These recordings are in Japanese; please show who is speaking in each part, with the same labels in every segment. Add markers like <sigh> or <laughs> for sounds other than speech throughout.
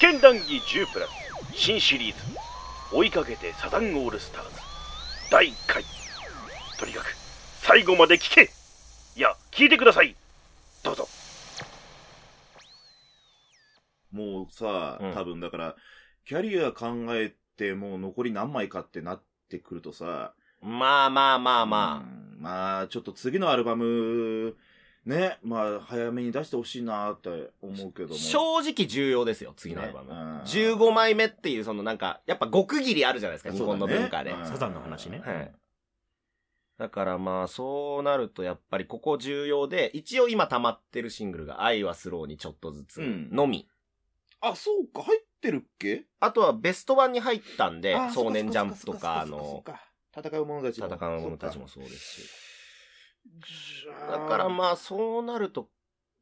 Speaker 1: 険談義10プラス新シリーズ追いかけてサザンオールスターズ第1回とにかく最後まで聞けいや聞いてくださいどうぞ
Speaker 2: もうさ、
Speaker 3: うん
Speaker 2: 多分だから、キャリア考えてもう残り何枚かってなってくるとさ、
Speaker 3: まあまあまあま
Speaker 2: うんまあ、ちょっと次のアルバム、ね、まあ、早めに出してほしいなって思うけど
Speaker 3: あ。
Speaker 2: も。
Speaker 3: 正直重要ですよ、次のアルバム。
Speaker 2: ム
Speaker 3: 15枚目っていう、そのなんか、やっぱ極切りあるじゃないですか、日本の文化で。
Speaker 4: サザンの話ね
Speaker 3: はいだからまあ、そうなるとやっぱりここ重要で、一応今溜まってるシングルが、愛はスローにちょっとずつ
Speaker 2: うん
Speaker 3: のみ。
Speaker 2: あ、そうか、入ってるっけ
Speaker 3: あとはベスト版に入ったんで
Speaker 2: あ、
Speaker 3: 少年ジャンプとか、あ、
Speaker 2: そ
Speaker 3: の
Speaker 2: っ、かそっかそっかそっか戦う者たち
Speaker 3: 戦
Speaker 2: も。
Speaker 3: う者たちも
Speaker 2: そ
Speaker 3: そうですし。
Speaker 2: っか。じゃ
Speaker 3: だ
Speaker 2: あ
Speaker 3: からまあ、そうなると、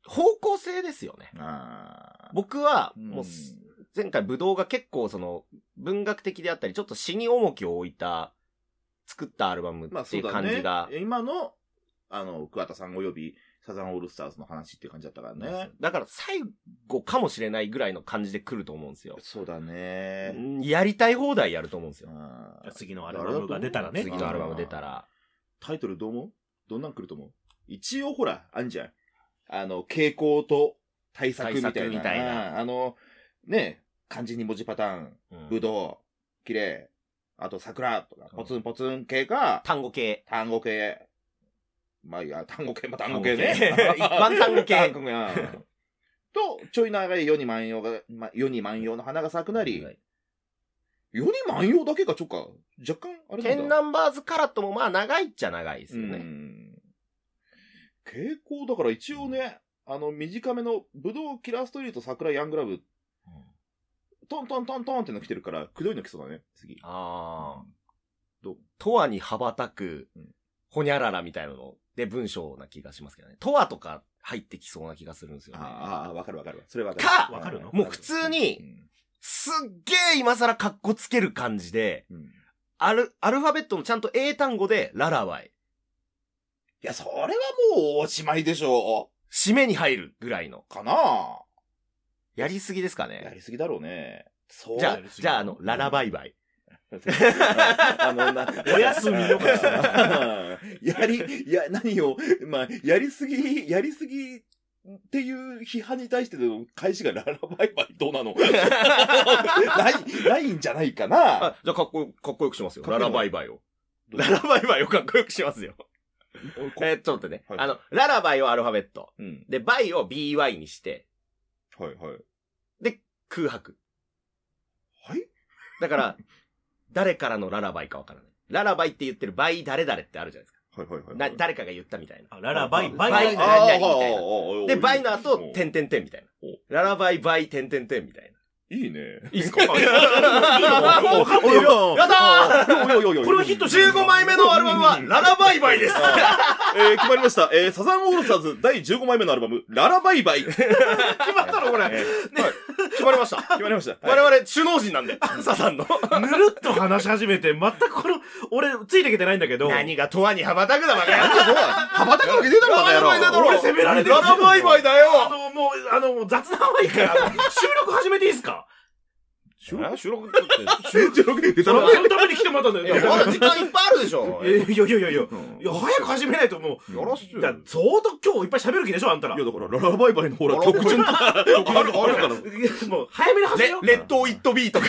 Speaker 3: 方向性ですよね。
Speaker 2: あー
Speaker 3: 僕は、
Speaker 2: うん
Speaker 3: もう、前回、武道が結構その、文学的であったり、ちょっと詩に重きを置いた、作ったアルバム
Speaker 2: まあ
Speaker 3: って
Speaker 2: そ
Speaker 3: いうう
Speaker 2: だ
Speaker 3: 感じ
Speaker 2: ね
Speaker 3: が。。
Speaker 2: 今の、あの、桑田さんおよびサザンオールスターズの話っていう感じだったからね。
Speaker 3: だから最後かもしれないぐらいの感じで来ると思うんですよ。
Speaker 2: そうだね。
Speaker 3: うんやりたい放題やると思うんですよ。
Speaker 2: あー
Speaker 4: 次のアルバムが出たらね。
Speaker 3: 次のアルバム出たら。
Speaker 2: タイトルどう思うどんなん来ると思う一応ほら、あんじゃん。あの、傾向と対策みたいな。
Speaker 3: 対策みたいな
Speaker 2: あーあの、ね、漢字二文字パターン、
Speaker 3: うん
Speaker 2: ぶどう、綺麗、あと桜とか、ポツンポツン系か、
Speaker 3: 単語系。
Speaker 2: 単語系。まあいいや、単語系も単語系
Speaker 3: 単
Speaker 2: ね
Speaker 3: 語系。 <laughs> 一般単語系
Speaker 2: 単語うんと、ちょい長い世に万葉が、ま、世に万葉の花が咲くなり、世に万葉だけがちょっか、若干、あれなんだ
Speaker 3: 天ナンバーズカラットもまあ長いっちゃ長いですよ
Speaker 2: う
Speaker 3: ね。
Speaker 2: ん傾向だから一応ね、あの短めのブドウキラーストリート桜ヤングラブ、トントントントンっての来てるから、くどいの来そうだね、次。
Speaker 3: ああ。
Speaker 2: どう
Speaker 3: とわに羽ばたく
Speaker 2: うん、
Speaker 3: ほにゃららみたいなので文章な気がしますけどね。とわとか入ってきそうな気がするんですよね。
Speaker 2: あーあー、わかるわかる。それわかる。
Speaker 3: か
Speaker 4: わかるの
Speaker 3: もう普通に、すっげえ今更カッコつける感じで、
Speaker 2: うんうんい
Speaker 3: アル、アルファベットのちゃんと英単語でララバイ。
Speaker 2: や、それはもうおしまいでしょ
Speaker 3: 締めに入るぐらいの。
Speaker 2: う。かなあ
Speaker 3: やりすぎですか
Speaker 2: や
Speaker 3: ね。
Speaker 2: りすぎだろうね。そう
Speaker 3: じゃあ
Speaker 4: やりす、ぎ
Speaker 3: じゃあ、あの、ララバ
Speaker 2: <laughs>
Speaker 3: イバイ。 <laughs>
Speaker 2: あの、な
Speaker 4: お休みよこそ
Speaker 2: やり、いや、何を、まあ、やりすぎ、やりすぎっていう批判に対しての返しがララバイバイどうなのない、ないんじゃないかな
Speaker 3: あ、じゃあ、かっこよ、かっこよくしますよ。
Speaker 2: かっこよ
Speaker 3: ラ
Speaker 2: く
Speaker 3: ラバイバイを。ララバイバイをかっこよくしますよ。えーちょっと待ってね。
Speaker 2: はい
Speaker 3: あの、ララバイをアルファベット。
Speaker 2: うん。
Speaker 3: で、バイを BY にして、
Speaker 2: はいはい。
Speaker 3: 空白。
Speaker 2: はい
Speaker 3: だから、誰からのララバイかわからない。ララバイって言ってるバイ誰々ってあるじゃないですか。
Speaker 2: はいはいはい。
Speaker 3: な、誰かが言ったみたいな。
Speaker 4: ララバイ、バイ、
Speaker 3: バ
Speaker 4: バ
Speaker 3: イ
Speaker 4: イ、
Speaker 3: バイ何々みたいな
Speaker 2: な
Speaker 3: で、バイの後、てんてんてんみたいな
Speaker 2: お。
Speaker 3: ララバイバイてんてんてんみたい
Speaker 2: いいね。
Speaker 3: な。いいっすかやった
Speaker 2: や
Speaker 3: ー
Speaker 4: これはヒットしてる
Speaker 3: 15枚目のアルバムは、ララバイバイです
Speaker 2: えー、決まりました。えー、サザンオールスターズ第15枚目のアルバム、ララバイバイ。決
Speaker 4: 決まったのこれ。
Speaker 3: 決まりました。
Speaker 2: まりました。
Speaker 3: 我々、首脳陣なんで、サザンの。
Speaker 4: ぬるっと話し始めて、全くこの、俺、ついてきてないんだけど。
Speaker 3: 何がとわに羽ばたくだ、バカ野郎
Speaker 2: そうだ羽ばたくわけねえだろ、バカ野郎
Speaker 4: 俺責められてる
Speaker 3: ララバイバイだ
Speaker 4: あ
Speaker 3: よ
Speaker 4: の、もう、あの、雑談はい
Speaker 3: <laughs>
Speaker 4: いから、あの収録始めていいですか
Speaker 3: 収録収録って。
Speaker 2: 16で
Speaker 4: そのそのために来てもらったん
Speaker 3: い
Speaker 4: だよ。
Speaker 3: や、まだ時間いっぱいあるでしょ。
Speaker 4: いやいやいやいやいや。いや、早く始めないとも
Speaker 3: やらす
Speaker 4: う、
Speaker 3: よ。
Speaker 4: だ相当今日いっぱい喋る気でしょ、あんたら。
Speaker 2: いや、だから、ララバイバイのほら、特徴とか、あるから。
Speaker 4: いやもう、早めに始めよう。
Speaker 3: レレッド・イット・ビーとか、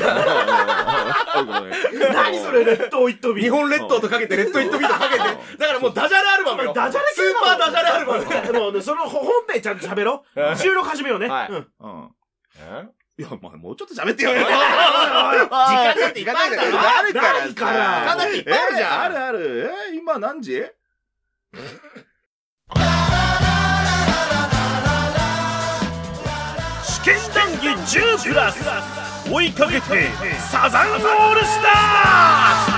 Speaker 4: 何それ、レッド・イット・ビー。
Speaker 3: 日本レッドとかけて、レッド・イット・ビーとかけて、だからもうダジャレアルバムよ。
Speaker 4: ダジャレ
Speaker 3: スーパーダジャレアルバム。
Speaker 4: あの、その本編ちゃんと喋ろ
Speaker 3: は
Speaker 4: う。
Speaker 3: い
Speaker 4: 収録始めようね。
Speaker 3: はい
Speaker 4: うん
Speaker 2: いや、まあ、もうちょっと喋ってよ。
Speaker 3: 時間だっていっぱいあるだろ。
Speaker 2: あるから。あるある。え、今何時
Speaker 1: 試験談義10プラス追いかけてサザンオールスタ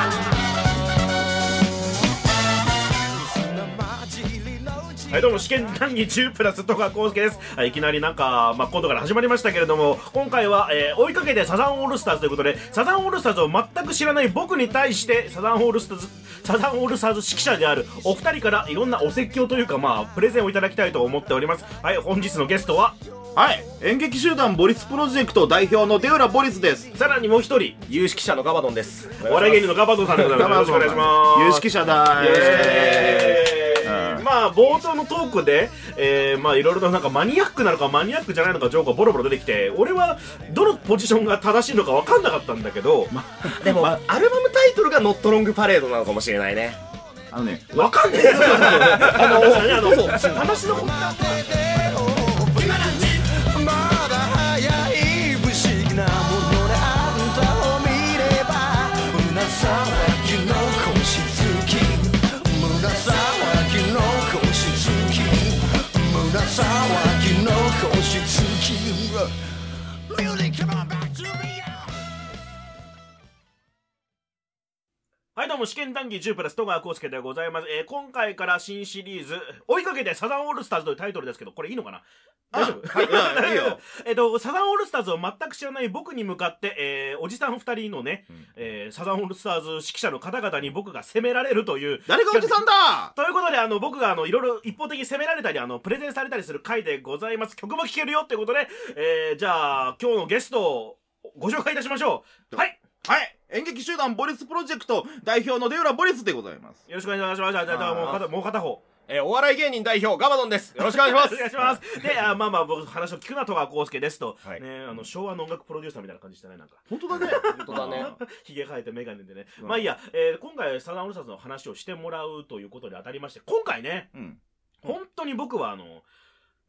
Speaker 4: はい、どうも、試験談義中プラス戸川康介です。はいいきなりなんか、まあ、今度から始まりましたけれども、今回は、えー追いかけてサザンオールスターズということで、サザンオールスターズを全く知らない僕に対して、サザンオールスターズ、サザンオールスターズ指揮者であるお二人からいろんなお説教というか、まあ、プレゼンをいただきたいと思っております。はい、本日のゲストは、
Speaker 2: はい演劇集団ボリスプロジェクト代表の出浦ボリスです
Speaker 4: さらにもう一人
Speaker 3: 有識者のガバドンです。
Speaker 4: お笑い芸人のガバドンさんでございますよろしくお願いします
Speaker 2: 有識者だ
Speaker 4: えー
Speaker 2: うん
Speaker 4: まあ冒頭のトークで、えーまあいろいろとなんかマニアックなのかマニアックじゃないのかジョークがボロボロ出てきて俺はどのポジションが正しいのか分かんなかったんだけど、
Speaker 3: でも、アルバムタイトルがノットロングパレードなのかもしれないね。
Speaker 2: あのね
Speaker 4: 分かんねえあの
Speaker 3: <laughs>
Speaker 4: あの話の
Speaker 5: まだ早い不思議なものであんたを見れば紫の腰つき紫の腰つき紫の腰つき Music come on back to me yeah.
Speaker 4: はいどうも試験談義10プラス戸川浩介でございます、えー今回から新シリーズ「追いかけてサザンオールスターズ」というタイトルですけどこれいいのかな大丈夫
Speaker 2: はいいいよ
Speaker 4: <laughs> えっと、サザンオールスターズを全く知らない僕に向かって、えーおじさん二人のね、えーサザンオールスターズ指揮者の方々に僕が責められるという。
Speaker 2: <laughs> 誰がおじさんだ
Speaker 4: ということで、あの、僕が、あの、いろいろ一方的に責められたり、あの、プレゼンされたりする回でございます。曲も聴けるよってことで、えーじゃあ、今日のゲストをご紹介いたしましょう。はい。
Speaker 2: はい演劇集団ボリスプロジェクト代表の出浦ボリスでございます
Speaker 4: よろしくお願いします。じゃあ、じゃあもう片、もう片方。
Speaker 3: えーお笑い芸人代表、ガバドンです。よろしくお願いしま
Speaker 4: お
Speaker 3: す。
Speaker 4: 願いします。で、あまあまあ、僕、話を聞くな、戸川浩介ですと。
Speaker 3: はい
Speaker 4: ね、あの、昭和の音楽プロデューサーみたいな感じしてないなんか。
Speaker 2: 本当だね
Speaker 3: 本当だね。
Speaker 4: ひげ生えてメガネでね。まあいいや、えー今回、サザンオールスターズの話をしてもらうということで当たりまして、今回ね、
Speaker 2: うん
Speaker 4: 本当に僕はあの、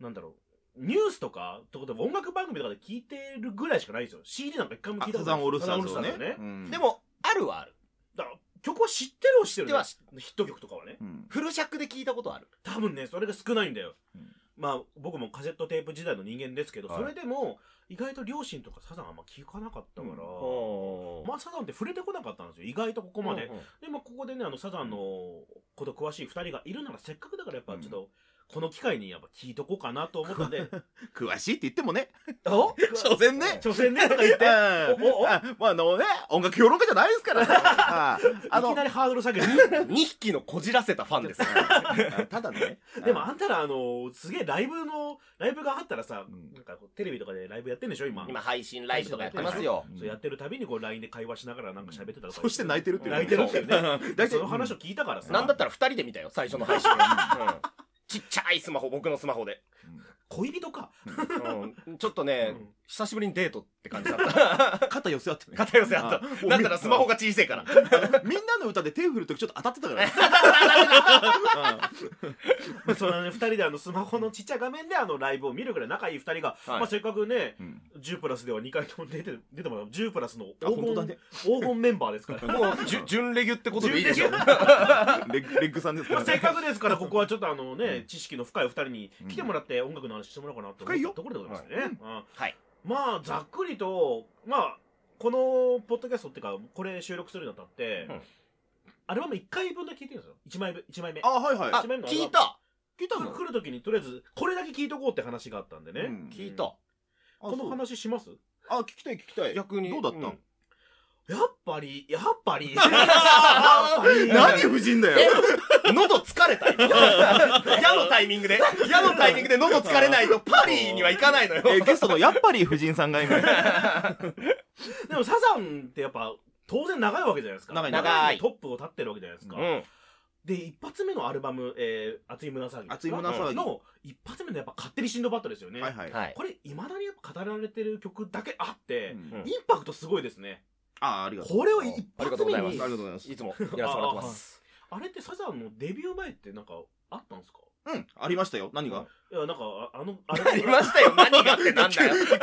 Speaker 4: なんだろう、ニュースとか、ってことで音楽番組とかで聞いてるぐらいしかないんですよ。CD なんか一回も聞い
Speaker 2: サ
Speaker 4: たこと
Speaker 2: ザ
Speaker 4: ない。
Speaker 2: ンオールスターズを
Speaker 4: サ
Speaker 2: ね
Speaker 4: ザンオールスターズをね
Speaker 2: うん
Speaker 3: でも、あるはある。
Speaker 4: だから、曲は知ってるを知ってる
Speaker 3: では、
Speaker 4: ね。ヒット曲とかはね。
Speaker 2: うん
Speaker 3: フル尺で聞いたことある。
Speaker 4: 多分ね、それが少ないんだよ。
Speaker 2: うん
Speaker 4: まあ、僕もカセットテープ時代の人間ですけど、
Speaker 2: はい
Speaker 4: それでも、意外と両親とかサザンあんま聞かなかったから、
Speaker 3: お
Speaker 4: まあサザンって触れてこなかったんですよ。意外とここまで。で、まあ、ここでね、あの、サザンのこと詳しい二人がいるなら、せっかくだから、やっぱ、ちょっと、この機会に、やっぱ、聞いとこうかなと
Speaker 2: <laughs>
Speaker 4: 思ったんで、
Speaker 2: 詳しいって言ってもね
Speaker 4: お
Speaker 2: 所詮ね
Speaker 4: 所詮ね、とか言って、
Speaker 2: うん
Speaker 4: おお
Speaker 2: あまああのね音楽評論家じゃないですからねああ
Speaker 4: いき
Speaker 2: の
Speaker 4: なりハードル下
Speaker 2: <laughs>
Speaker 4: げる。
Speaker 3: 2匹のこじらせたファン
Speaker 4: <laughs>
Speaker 3: です。
Speaker 2: ただね
Speaker 4: でも、あんたら、あの、すげえライブの、ライブがあったらさ、
Speaker 2: うん
Speaker 4: なんかこう、テレビとかでライブやってんでしょ、今。
Speaker 3: <laughs> 今、配信ライブとかやってますよ。
Speaker 4: そうやってるたびに、こう、LINE で会話しながら、なんか喋ってたら
Speaker 2: そして泣いてるっていう
Speaker 4: 泣いてるっていうね。
Speaker 2: 大
Speaker 4: そ
Speaker 2: 体
Speaker 4: の話を聞いたからさ、
Speaker 3: なんだったら2人で見たよ、最初の配信。うんちっちゃいスマホ、僕のスマホで。
Speaker 4: 恋人か。
Speaker 3: うんちょっとね
Speaker 4: うん、
Speaker 3: 久しぶりにデートって感じだ
Speaker 4: <laughs>
Speaker 3: った。
Speaker 2: 肩寄せ合ってね
Speaker 3: 片寄せあ
Speaker 2: あ
Speaker 3: った。なんならスマホが小さいから。
Speaker 2: みんなの歌で手振るときちょっと当たってたからね
Speaker 4: そのね、二人であの、スマホのちっちゃい画面で、あの、ライブを見るぐらい仲いい二人が、
Speaker 3: はい
Speaker 4: まあ、せっかくね、
Speaker 2: うん
Speaker 4: 10プラスでは2回とも出て <laughs> 出てもらう10プラスの
Speaker 2: あ
Speaker 4: 黄
Speaker 2: 本当
Speaker 4: 金,、
Speaker 2: だね
Speaker 4: 黄金メンバーですから
Speaker 2: <laughs>
Speaker 4: も
Speaker 3: もう、じゅ準レギュってことでいいでしょ。
Speaker 2: レッグレッグさんですか
Speaker 4: う
Speaker 2: ら
Speaker 4: せっ
Speaker 2: ね
Speaker 4: かくですからここはちょっとあのね、知識の深い2人に来てもらって音楽の話してもらおうかなと思
Speaker 2: 深い
Speaker 4: っ
Speaker 2: よ
Speaker 4: たところでございますね、うん
Speaker 3: はい
Speaker 4: まあざっくりとまあこのポッドキャストっていうかこれ収録するにあたって、
Speaker 3: うん
Speaker 4: アルバム1回分だけ聞いてるんですよ1枚分1枚目
Speaker 2: あはいはい
Speaker 3: あ、
Speaker 4: 一面の
Speaker 3: 聞いた
Speaker 2: 聞いた
Speaker 4: 来る
Speaker 2: の
Speaker 4: 来る時にとりあえずこれだけ聞いとこうって話があったんでね、
Speaker 2: うん
Speaker 3: 聞いた。
Speaker 2: あ
Speaker 4: この
Speaker 2: そう
Speaker 4: 話します
Speaker 2: あ聞きたい聞きたい
Speaker 3: 逆に。
Speaker 2: どうだった
Speaker 3: ん
Speaker 4: やっぱりやっぱり <laughs> やっぱり
Speaker 2: 何夫人だよ
Speaker 3: 喉疲れた <laughs> 今矢のタイミングで矢のタイミングで喉疲れないとパリには行かないのよ
Speaker 2: えゲストのやっぱり夫人さんが今
Speaker 4: でもサザンってやっぱ当然長いわけじゃないですか
Speaker 2: 長い
Speaker 3: 長い
Speaker 4: トップを立ってるわけじゃないですか、
Speaker 3: うん
Speaker 4: で一発目のアルバム「えー、熱い胸騒ぎ」
Speaker 2: 熱い胸騒ぎ
Speaker 4: の一発目のやっぱ「勝手にシンドバッド」ですよね、
Speaker 2: はいはい
Speaker 3: はい
Speaker 4: これいまだにやっぱ語られてる曲だけあって、
Speaker 2: うん
Speaker 3: ん
Speaker 4: インパクトすごいですね
Speaker 2: あありがとう
Speaker 4: これを一
Speaker 3: ありが
Speaker 4: 発
Speaker 3: とうご
Speaker 4: 目
Speaker 3: ざいま
Speaker 4: に
Speaker 3: す
Speaker 2: ありがとうございます
Speaker 3: いつもやらせてもらってます
Speaker 4: あれってサザンのデビュー前ってなんかあったんですか
Speaker 2: うんありましたよ何が
Speaker 4: いやなんかああのあれ
Speaker 3: ありましたよ何がってなん <laughs> だ
Speaker 2: <laughs>
Speaker 3: よ
Speaker 2: 急にだっ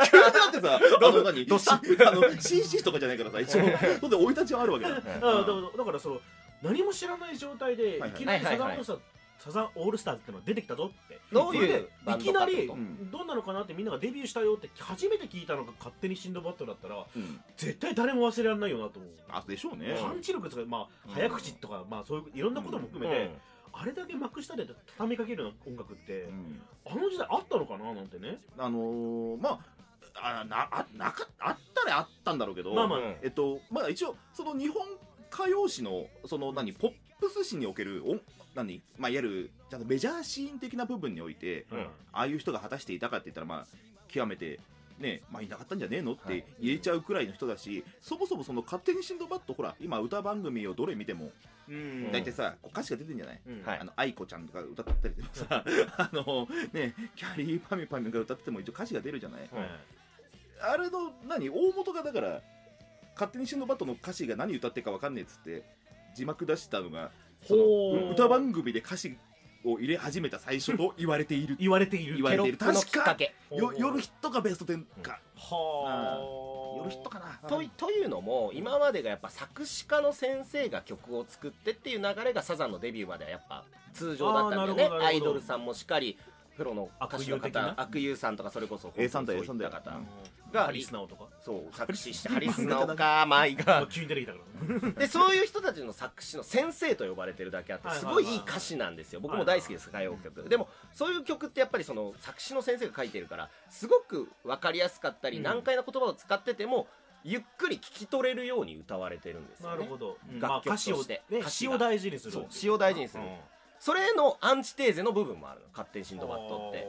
Speaker 2: てさ、
Speaker 3: ど
Speaker 2: あ
Speaker 3: う
Speaker 2: の何、どっし、あの、CC とかじゃないからさ、一応、そうで生い立ちはあるわけだ。
Speaker 4: あだからだからその何も知らない状態でい
Speaker 2: はいはい
Speaker 4: きなりサザンオールスターズサザンオールスターズってのが出てきたぞってそれでいき
Speaker 3: バン
Speaker 4: なり
Speaker 3: ドかってこ
Speaker 2: うん
Speaker 4: どんなのかなってみんながデビューしたよって初めて聞いたのが勝手にシンドバッドだったら
Speaker 2: うん
Speaker 4: 絶対誰も忘れられないよなと思う
Speaker 2: あ、でしょうね。
Speaker 4: パンチ力とか、まあ、早口とか、まあ、そういういろんなことも含
Speaker 3: と
Speaker 4: めて、あれだけ幕下で畳みかけるような音楽って、
Speaker 2: うん
Speaker 4: あの時代あったのかななんてね
Speaker 2: あのー、まあ、あ、な、あ、なか、あったらあったんだろうけど。
Speaker 4: まあまあ
Speaker 3: うん
Speaker 2: えっと、まあ、一応、その日本歌謡史の、その、何、ポップス史における、お、何、まあ、いわゆる、ちゃんとメジャーシーン的な部分において。
Speaker 3: うん
Speaker 2: ああいう人が果たしていたかって言ったら、まあ。極めて、ね、まあいなかったんじゃねえのって言えちゃうくらいの人だし、そもそもその勝手にシンドバッド、ほら、今歌番組をどれ見ても、
Speaker 4: うん
Speaker 2: 大体さ、こう歌詞が出てんじゃない、
Speaker 4: うん
Speaker 3: はい
Speaker 2: あの、愛子ちゃんが歌ってたりでもさ、あの、ね、キャリーパミュパミュが歌ってても一応歌詞が出るじゃない、あれの、何大元がだから、勝手にシンドバッドの歌詞が何歌ってるかわかんねえっつって、字幕出したのが、そ
Speaker 4: ほ
Speaker 2: の
Speaker 4: う
Speaker 2: 歌番組で歌詞を入れ始めた最初と言われている。
Speaker 4: 言われている
Speaker 2: 言われている。
Speaker 3: テロップの
Speaker 2: 確
Speaker 3: きっか
Speaker 2: か、
Speaker 3: け。
Speaker 2: よ夜ヒットかベスト10か。
Speaker 4: はあ
Speaker 2: 夜ヒットかな。
Speaker 3: といというのも今までがやっぱ作詞家の先生が曲を作ってっていう流れがサザンのデビューまではやっぱ通常だったんだ
Speaker 4: あーなる
Speaker 3: よ
Speaker 4: ほ
Speaker 3: ね
Speaker 4: どなるほど
Speaker 3: アイドルさんもしっかりプロの歌手の
Speaker 4: 悪友的な
Speaker 3: 方悪友さんとかそれこそ
Speaker 2: A さんだ
Speaker 3: そうい
Speaker 2: A
Speaker 3: っ
Speaker 2: さんだ
Speaker 3: た
Speaker 2: よ
Speaker 3: 方
Speaker 4: ハ
Speaker 3: が
Speaker 4: リスナオとか
Speaker 3: そう作詞してハリスナオかマイ
Speaker 4: あ
Speaker 3: が
Speaker 4: 急に出てきたから
Speaker 3: でそういう人たちの作詞の先生と呼ばれてるだけあって
Speaker 4: はい
Speaker 3: す
Speaker 4: はい
Speaker 3: ご
Speaker 4: はい
Speaker 3: いいい歌詞なんですよ僕も大好きです歌謡曲でもそういう曲ってやっぱりその作詞の先生が書いてるからすごく分かりやすかったり
Speaker 4: うん
Speaker 3: 難解な言葉を使っててもゆっくり聞き取れるように歌われてるんですよ
Speaker 4: な
Speaker 3: ね
Speaker 4: るほど、
Speaker 3: うん
Speaker 4: まあ
Speaker 3: 楽曲
Speaker 4: 歌詞を
Speaker 3: として
Speaker 4: ね
Speaker 3: 歌詞
Speaker 4: 詞
Speaker 3: が
Speaker 4: を大事にする
Speaker 3: そう詞を大事にする
Speaker 4: うん
Speaker 3: それのアンチテーゼの部分もあるの勝手にシンドバッドって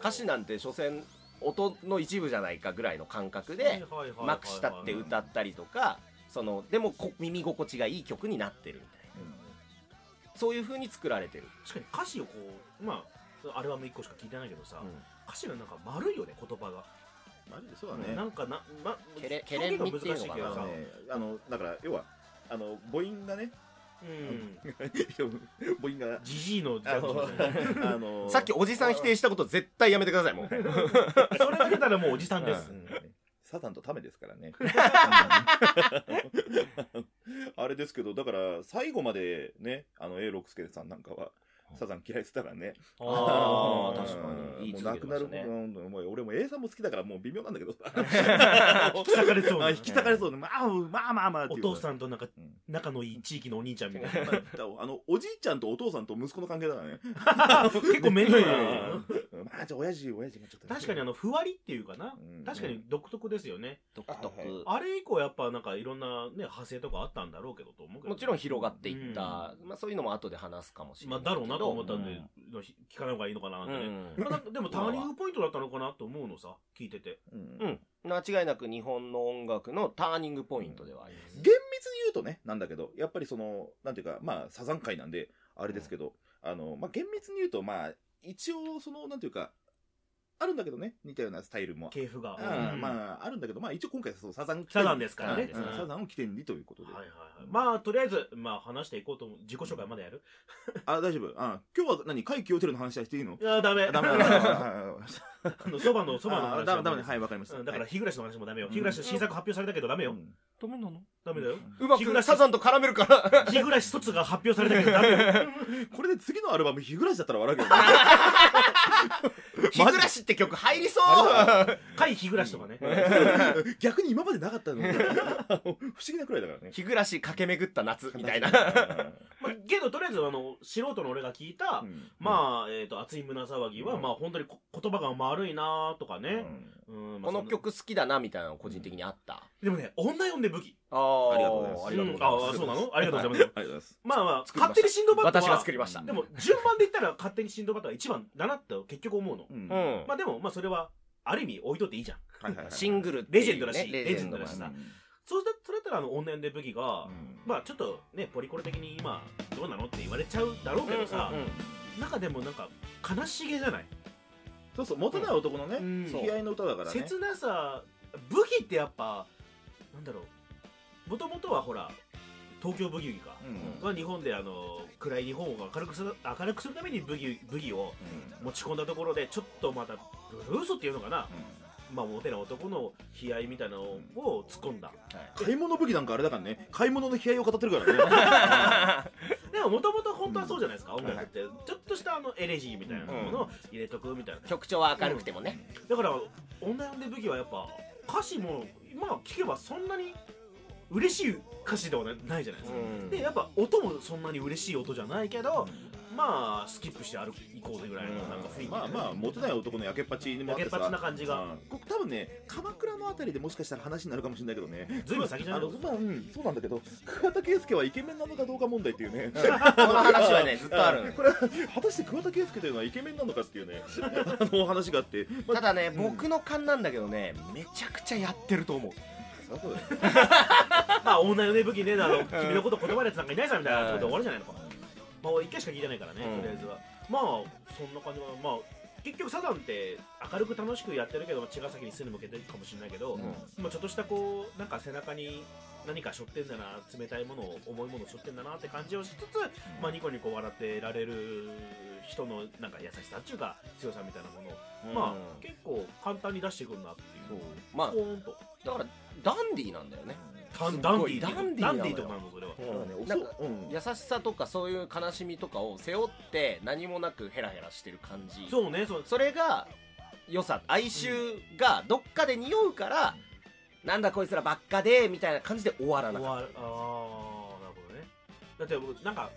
Speaker 4: あー
Speaker 3: 歌詞なんて所詮音の一部じゃないかぐらいの感覚で
Speaker 4: はいはいはいはい
Speaker 3: まくしたって歌ったりとかそのでもこ耳心地がいい曲になってるみたいなそういう風に作られてる
Speaker 4: 確かに歌詞をこうまあアルバム1個しか聞いてないけどさ、
Speaker 3: うん
Speaker 4: 歌詞がなんか丸いよね言葉が、
Speaker 2: マジでそうだね。
Speaker 4: なんかな、ま、
Speaker 3: けれ
Speaker 4: 表現が難しいけど
Speaker 3: けれんみっていう
Speaker 2: あ
Speaker 3: のか
Speaker 4: さ
Speaker 2: のね、あの、だから、要は、あの、母音がね、 <laughs>
Speaker 4: うん
Speaker 2: 母音が、
Speaker 4: じじいの
Speaker 2: あの、あの
Speaker 3: さっきおじさん否定したこと絶対やめてくださいもう
Speaker 4: それが出たらもうおじさんです
Speaker 2: うんサタンとタメですから
Speaker 4: <laughs>
Speaker 2: ね。あれですけど、だから、最後までね、あの、A 六輔さんなんかは、サザン嫌いしてたからね。
Speaker 3: あー
Speaker 4: うん
Speaker 3: 確かに
Speaker 2: も
Speaker 3: 言
Speaker 2: う
Speaker 3: い
Speaker 2: な
Speaker 3: 続
Speaker 2: く
Speaker 3: けて
Speaker 2: な
Speaker 3: まし
Speaker 2: る
Speaker 3: たね
Speaker 2: うんもう俺も A さんも好きだから、もう微妙なんだけどさ。
Speaker 4: <laughs> 引き裂かれそうな
Speaker 2: あ引き裂かれそうな、まあ、まあまあまあって
Speaker 4: お
Speaker 2: いう
Speaker 4: 父さんとなんか
Speaker 2: うん
Speaker 4: 仲のいい地域のお兄ちゃんみたいな
Speaker 2: まああの、おじいちゃんとお父さんと息子の関係だからね。
Speaker 3: <laughs>
Speaker 4: 結構面倒いな
Speaker 2: うんまあ、じゃあ、親父、親父もちょっと。
Speaker 4: 確かにあのふわりっていうかな
Speaker 2: うん
Speaker 4: 確かに独特ですよね
Speaker 3: 独
Speaker 2: はいは
Speaker 3: 特
Speaker 4: あれ以降やっぱなんかいろんなね派生とかあったんだろうけどと思うけど
Speaker 3: もちろん広がっていったまあそういうのも後で話すかもしれない
Speaker 4: まあだろうなと思ったん
Speaker 3: う
Speaker 4: で聞かない方がいいのかなってね
Speaker 3: ん
Speaker 4: まあなんかでもターニングポイントだったのかなと思うのさ聞いてて
Speaker 2: うん
Speaker 3: うん間違いなく日本の音楽のターニングポイントではあります
Speaker 2: 厳密に言うとね、なんだけど、やっぱりその、なんていうか、まあ、サザン界なんで、あれですけど、あの、まあ、厳密に言うと、まあ、一応、その、なんていうか、あるんだけどね、似たようなスタイルも。
Speaker 4: 系譜が
Speaker 2: あ
Speaker 4: うん
Speaker 2: まあ、あるんだけど、まあ、一応今回はそう、サザン。
Speaker 4: サザンですからね
Speaker 2: うん
Speaker 4: うん
Speaker 2: サザンを起点にということで。
Speaker 4: はいはいはいまあとりあえずまあ話していこうと思う自己紹介まだやる
Speaker 2: あ、大丈夫。あ今日は何会期をテルの話はしていいの
Speaker 4: いやダメ <laughs>
Speaker 2: ダメだ。
Speaker 4: あのそばのそばの話
Speaker 2: あ
Speaker 4: は
Speaker 2: ダメダメ。はい、わかりました。
Speaker 4: うんだから
Speaker 2: はい、
Speaker 4: 日暮らしの話もダメよ
Speaker 2: うん
Speaker 4: 日暮らし新作発表されたけどダメよ
Speaker 2: う
Speaker 3: ダメなの
Speaker 4: ダメだよ
Speaker 3: うま
Speaker 4: 日暮ら
Speaker 3: く
Speaker 4: し
Speaker 3: サザンと絡める <laughs> から
Speaker 4: 日暮らし卒が発表されたけどダ
Speaker 2: <laughs>
Speaker 4: メよ
Speaker 2: んこれで次のアルバム、日暮らしだったら笑うけどね。
Speaker 4: <laughs>
Speaker 3: 日暮らしって曲入りそう
Speaker 2: あ
Speaker 4: 海日暮らしとかね
Speaker 2: 逆に <laughs> 今までなかったの不思議なくらいだからね。
Speaker 3: 日暮らし駆け巡った夏みたいな
Speaker 4: まあけどとりあえずあの素人の俺が聞いた
Speaker 2: うん
Speaker 4: まあえっと熱い胸騒ぎは
Speaker 2: うん
Speaker 4: まあ本当にこ言葉が丸いなとかねうんま
Speaker 3: こ
Speaker 4: あ
Speaker 3: の
Speaker 4: そ
Speaker 3: 曲好きだなみたいなの個人的にあった
Speaker 4: でもね女呼んで武器
Speaker 3: あー
Speaker 2: ありがとうございます
Speaker 3: ありがとうござい
Speaker 4: あ
Speaker 3: ま
Speaker 4: あ
Speaker 3: す
Speaker 4: そうなのありがとうございます
Speaker 2: ありがとうございます。
Speaker 4: まあまあ
Speaker 3: 作りました
Speaker 4: 勝手にシンドバッドは
Speaker 3: 私が作りました
Speaker 4: でも順番で言ったら勝手にシンドバッドが一番だなって結局思うの
Speaker 2: うん
Speaker 3: う
Speaker 2: はい
Speaker 3: ん
Speaker 4: まあでもまあそれはある意味置いとっていいじゃん
Speaker 2: はいはい
Speaker 3: シングルって
Speaker 4: レジ
Speaker 3: い
Speaker 4: ェン
Speaker 3: う
Speaker 4: ド
Speaker 3: ね
Speaker 4: らしいレジェンドらしい
Speaker 3: レ
Speaker 4: さ
Speaker 3: の
Speaker 4: そうしたそれだったらあの怨念で武器が、
Speaker 2: うん
Speaker 4: まあちょっとねポリコレ的に今どうなのって言われちゃうだろうけどさ、
Speaker 3: うんうんうん
Speaker 4: 中でもなんか悲しげじゃない、
Speaker 2: そうそう、モテない男のね、
Speaker 4: うん
Speaker 2: 悲哀の歌だからね。
Speaker 4: 切なさ武器ってやっぱなんだろうもともとはほら東京ブギウギか、
Speaker 2: うん
Speaker 4: は日本であの暗い日本を明るくする明るくするためにブギブギを持ち込んだところでちょっとまたブルースっていうのかな、まあモテな男の悲哀みたいなのを突っ込んだ
Speaker 2: 買い物武器なんかあれだからね、買い物の悲哀を語ってるからね。
Speaker 4: でももともと本当はそうじゃないですか、音楽って、ちょっとしたあのエレジーみたいなものを入れとくみたいな、
Speaker 3: 曲調は明るくてもね
Speaker 4: だから女呼んで武器はやっぱ歌詞もまあ聞けばそんなに嬉しい歌詞ではなないじゃないですか、
Speaker 3: うん
Speaker 4: でやっぱ音もそんなに嬉しい音じゃないけど、まあスキップして歩き行こうぜぐらいのなんか雰囲気
Speaker 2: まあまあ、モテない男のやけっぱちにもあってさ
Speaker 4: やけっぱちな感じが
Speaker 2: うんここ多分ね、鎌倉のあたりでもしかしたら話になるかもしれないけどね。
Speaker 4: ずいぶん先じゃない
Speaker 2: あのまあ、うん、そうなんだけど、桑田佳祐はイケメンなのかどうか問題っていうね。
Speaker 3: この話はね、ずっとあるのよ。
Speaker 2: これは果たして桑田佳祐というのはイケメンなのかっていうねあのお話があって、ま
Speaker 3: ただね、僕の勘なんだけどね、めちゃくちゃやってると思う。
Speaker 2: あ、そうだよ
Speaker 4: まあ女よね武器ねえだろ君のこと断るやつなんかいないさみたいなことで終わるじゃないのかまあ俺一回しか聞いてないからね、
Speaker 3: うん
Speaker 4: とりあえずはまあそんな感じはまあ結局サザンって明るく楽しくやってるけどまあ茅ヶ崎にすぐ向けてるかもしれないけど、まあちょっとしたこうなんか背中に何か背負ってんだな冷たいものを重いものを背負ってんだなって感じをしつつ、まあニコニコ笑ってられる人のなんか優しさっていうか強さみたいなものを、ま
Speaker 3: う
Speaker 4: あ
Speaker 3: ん
Speaker 4: 結構簡単に出してくるなっていう
Speaker 3: まあ
Speaker 4: ポ、ーンと
Speaker 3: だから、ダンディーなんだよね。
Speaker 4: ダン
Speaker 3: すごい
Speaker 4: ダンディー
Speaker 3: ダ
Speaker 4: ダ
Speaker 3: ン
Speaker 4: ン
Speaker 3: デ
Speaker 4: デ
Speaker 3: ィーなのよ
Speaker 4: ィーとかなのそれは
Speaker 2: だからねお
Speaker 3: な
Speaker 2: そ
Speaker 3: んか
Speaker 2: うん
Speaker 3: 優しさとかそういう悲しみとかを背負って何もなくヘラヘラしてる感じ
Speaker 4: そうねそう
Speaker 3: それが良さ哀愁がどっかで匂うから、なんだこいつらばっかでみたいな感じで終わらな
Speaker 4: 終
Speaker 3: かっ
Speaker 4: わるああなるほどねだって僕なんか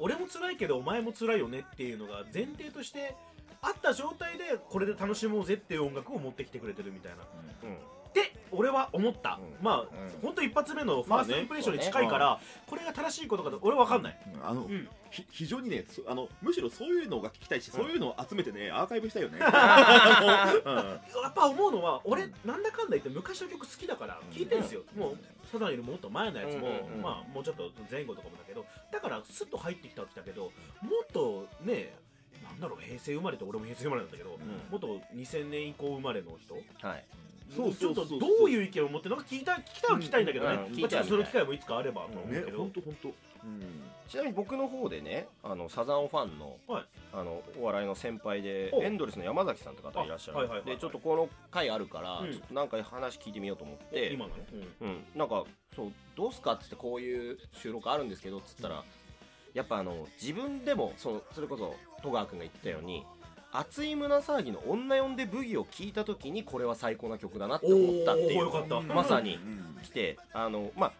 Speaker 4: 俺も辛いけどお前も辛いよねっていうのが前提としてあった状態でこれで楽しもうぜっていう音楽を持ってきてくれてるみたいな
Speaker 3: た、うん
Speaker 4: って俺は思った、
Speaker 3: うん
Speaker 4: まあ、
Speaker 2: うん
Speaker 4: ほんと一発目のファーストインプレッションに近いから、これが正しいことかと俺わかんない、
Speaker 2: あの、
Speaker 4: うん
Speaker 2: ひ非常にねそあのむしろそういうのが聞きたいし、そういうのを集めてねアーカイブしたいよ
Speaker 4: <laughs>
Speaker 2: ねあのうん
Speaker 4: やっぱ思うのは俺なんだかんだ言って昔の曲好きだから聴いてるんですよ、もうサザンよりもっと前のやつも、
Speaker 3: うんうんうん
Speaker 4: まあもうちょっと前後とかもだけどだからスッと入ってきたわけだけどもっとねなんだろう平成生まれって俺も平成生まれなんだけど、もっと2000年以降生まれの人
Speaker 3: はい、
Speaker 2: そうそうそう
Speaker 4: ちょっとどういう意見を持ってるのか聞いた聞きたいは聞きたいんだけどね、
Speaker 3: うんうん聞
Speaker 4: ま
Speaker 3: い
Speaker 4: あ、ち
Speaker 3: た
Speaker 4: ょ
Speaker 3: い
Speaker 4: っとその機会もいつかあればと思うけ
Speaker 2: ね
Speaker 4: ど、
Speaker 2: 本当本当うん
Speaker 3: ちなみに僕の方でねあのサザンファンの,、
Speaker 4: はい
Speaker 3: あのお笑いの先輩で
Speaker 4: お
Speaker 3: エンドレスの山崎さんって方いらっしゃる、
Speaker 4: あはいはいはいはい
Speaker 3: でちょっとこの回あるから、
Speaker 4: うん
Speaker 3: ちょっとなんか話聞いてみようと思って
Speaker 4: 今のね、うん
Speaker 3: うん、なんかそうどうすかっつってこういう収録あるんですけどっつったら、やっぱあの自分でもそのそれこそ戸川君が言ってたように熱い胸騒ぎの女呼んでブギを聞いた時にこれは最高な曲だなって思ったってい
Speaker 4: おー
Speaker 3: う
Speaker 4: よかった
Speaker 3: まさに
Speaker 2: うん
Speaker 3: 来てあのまあ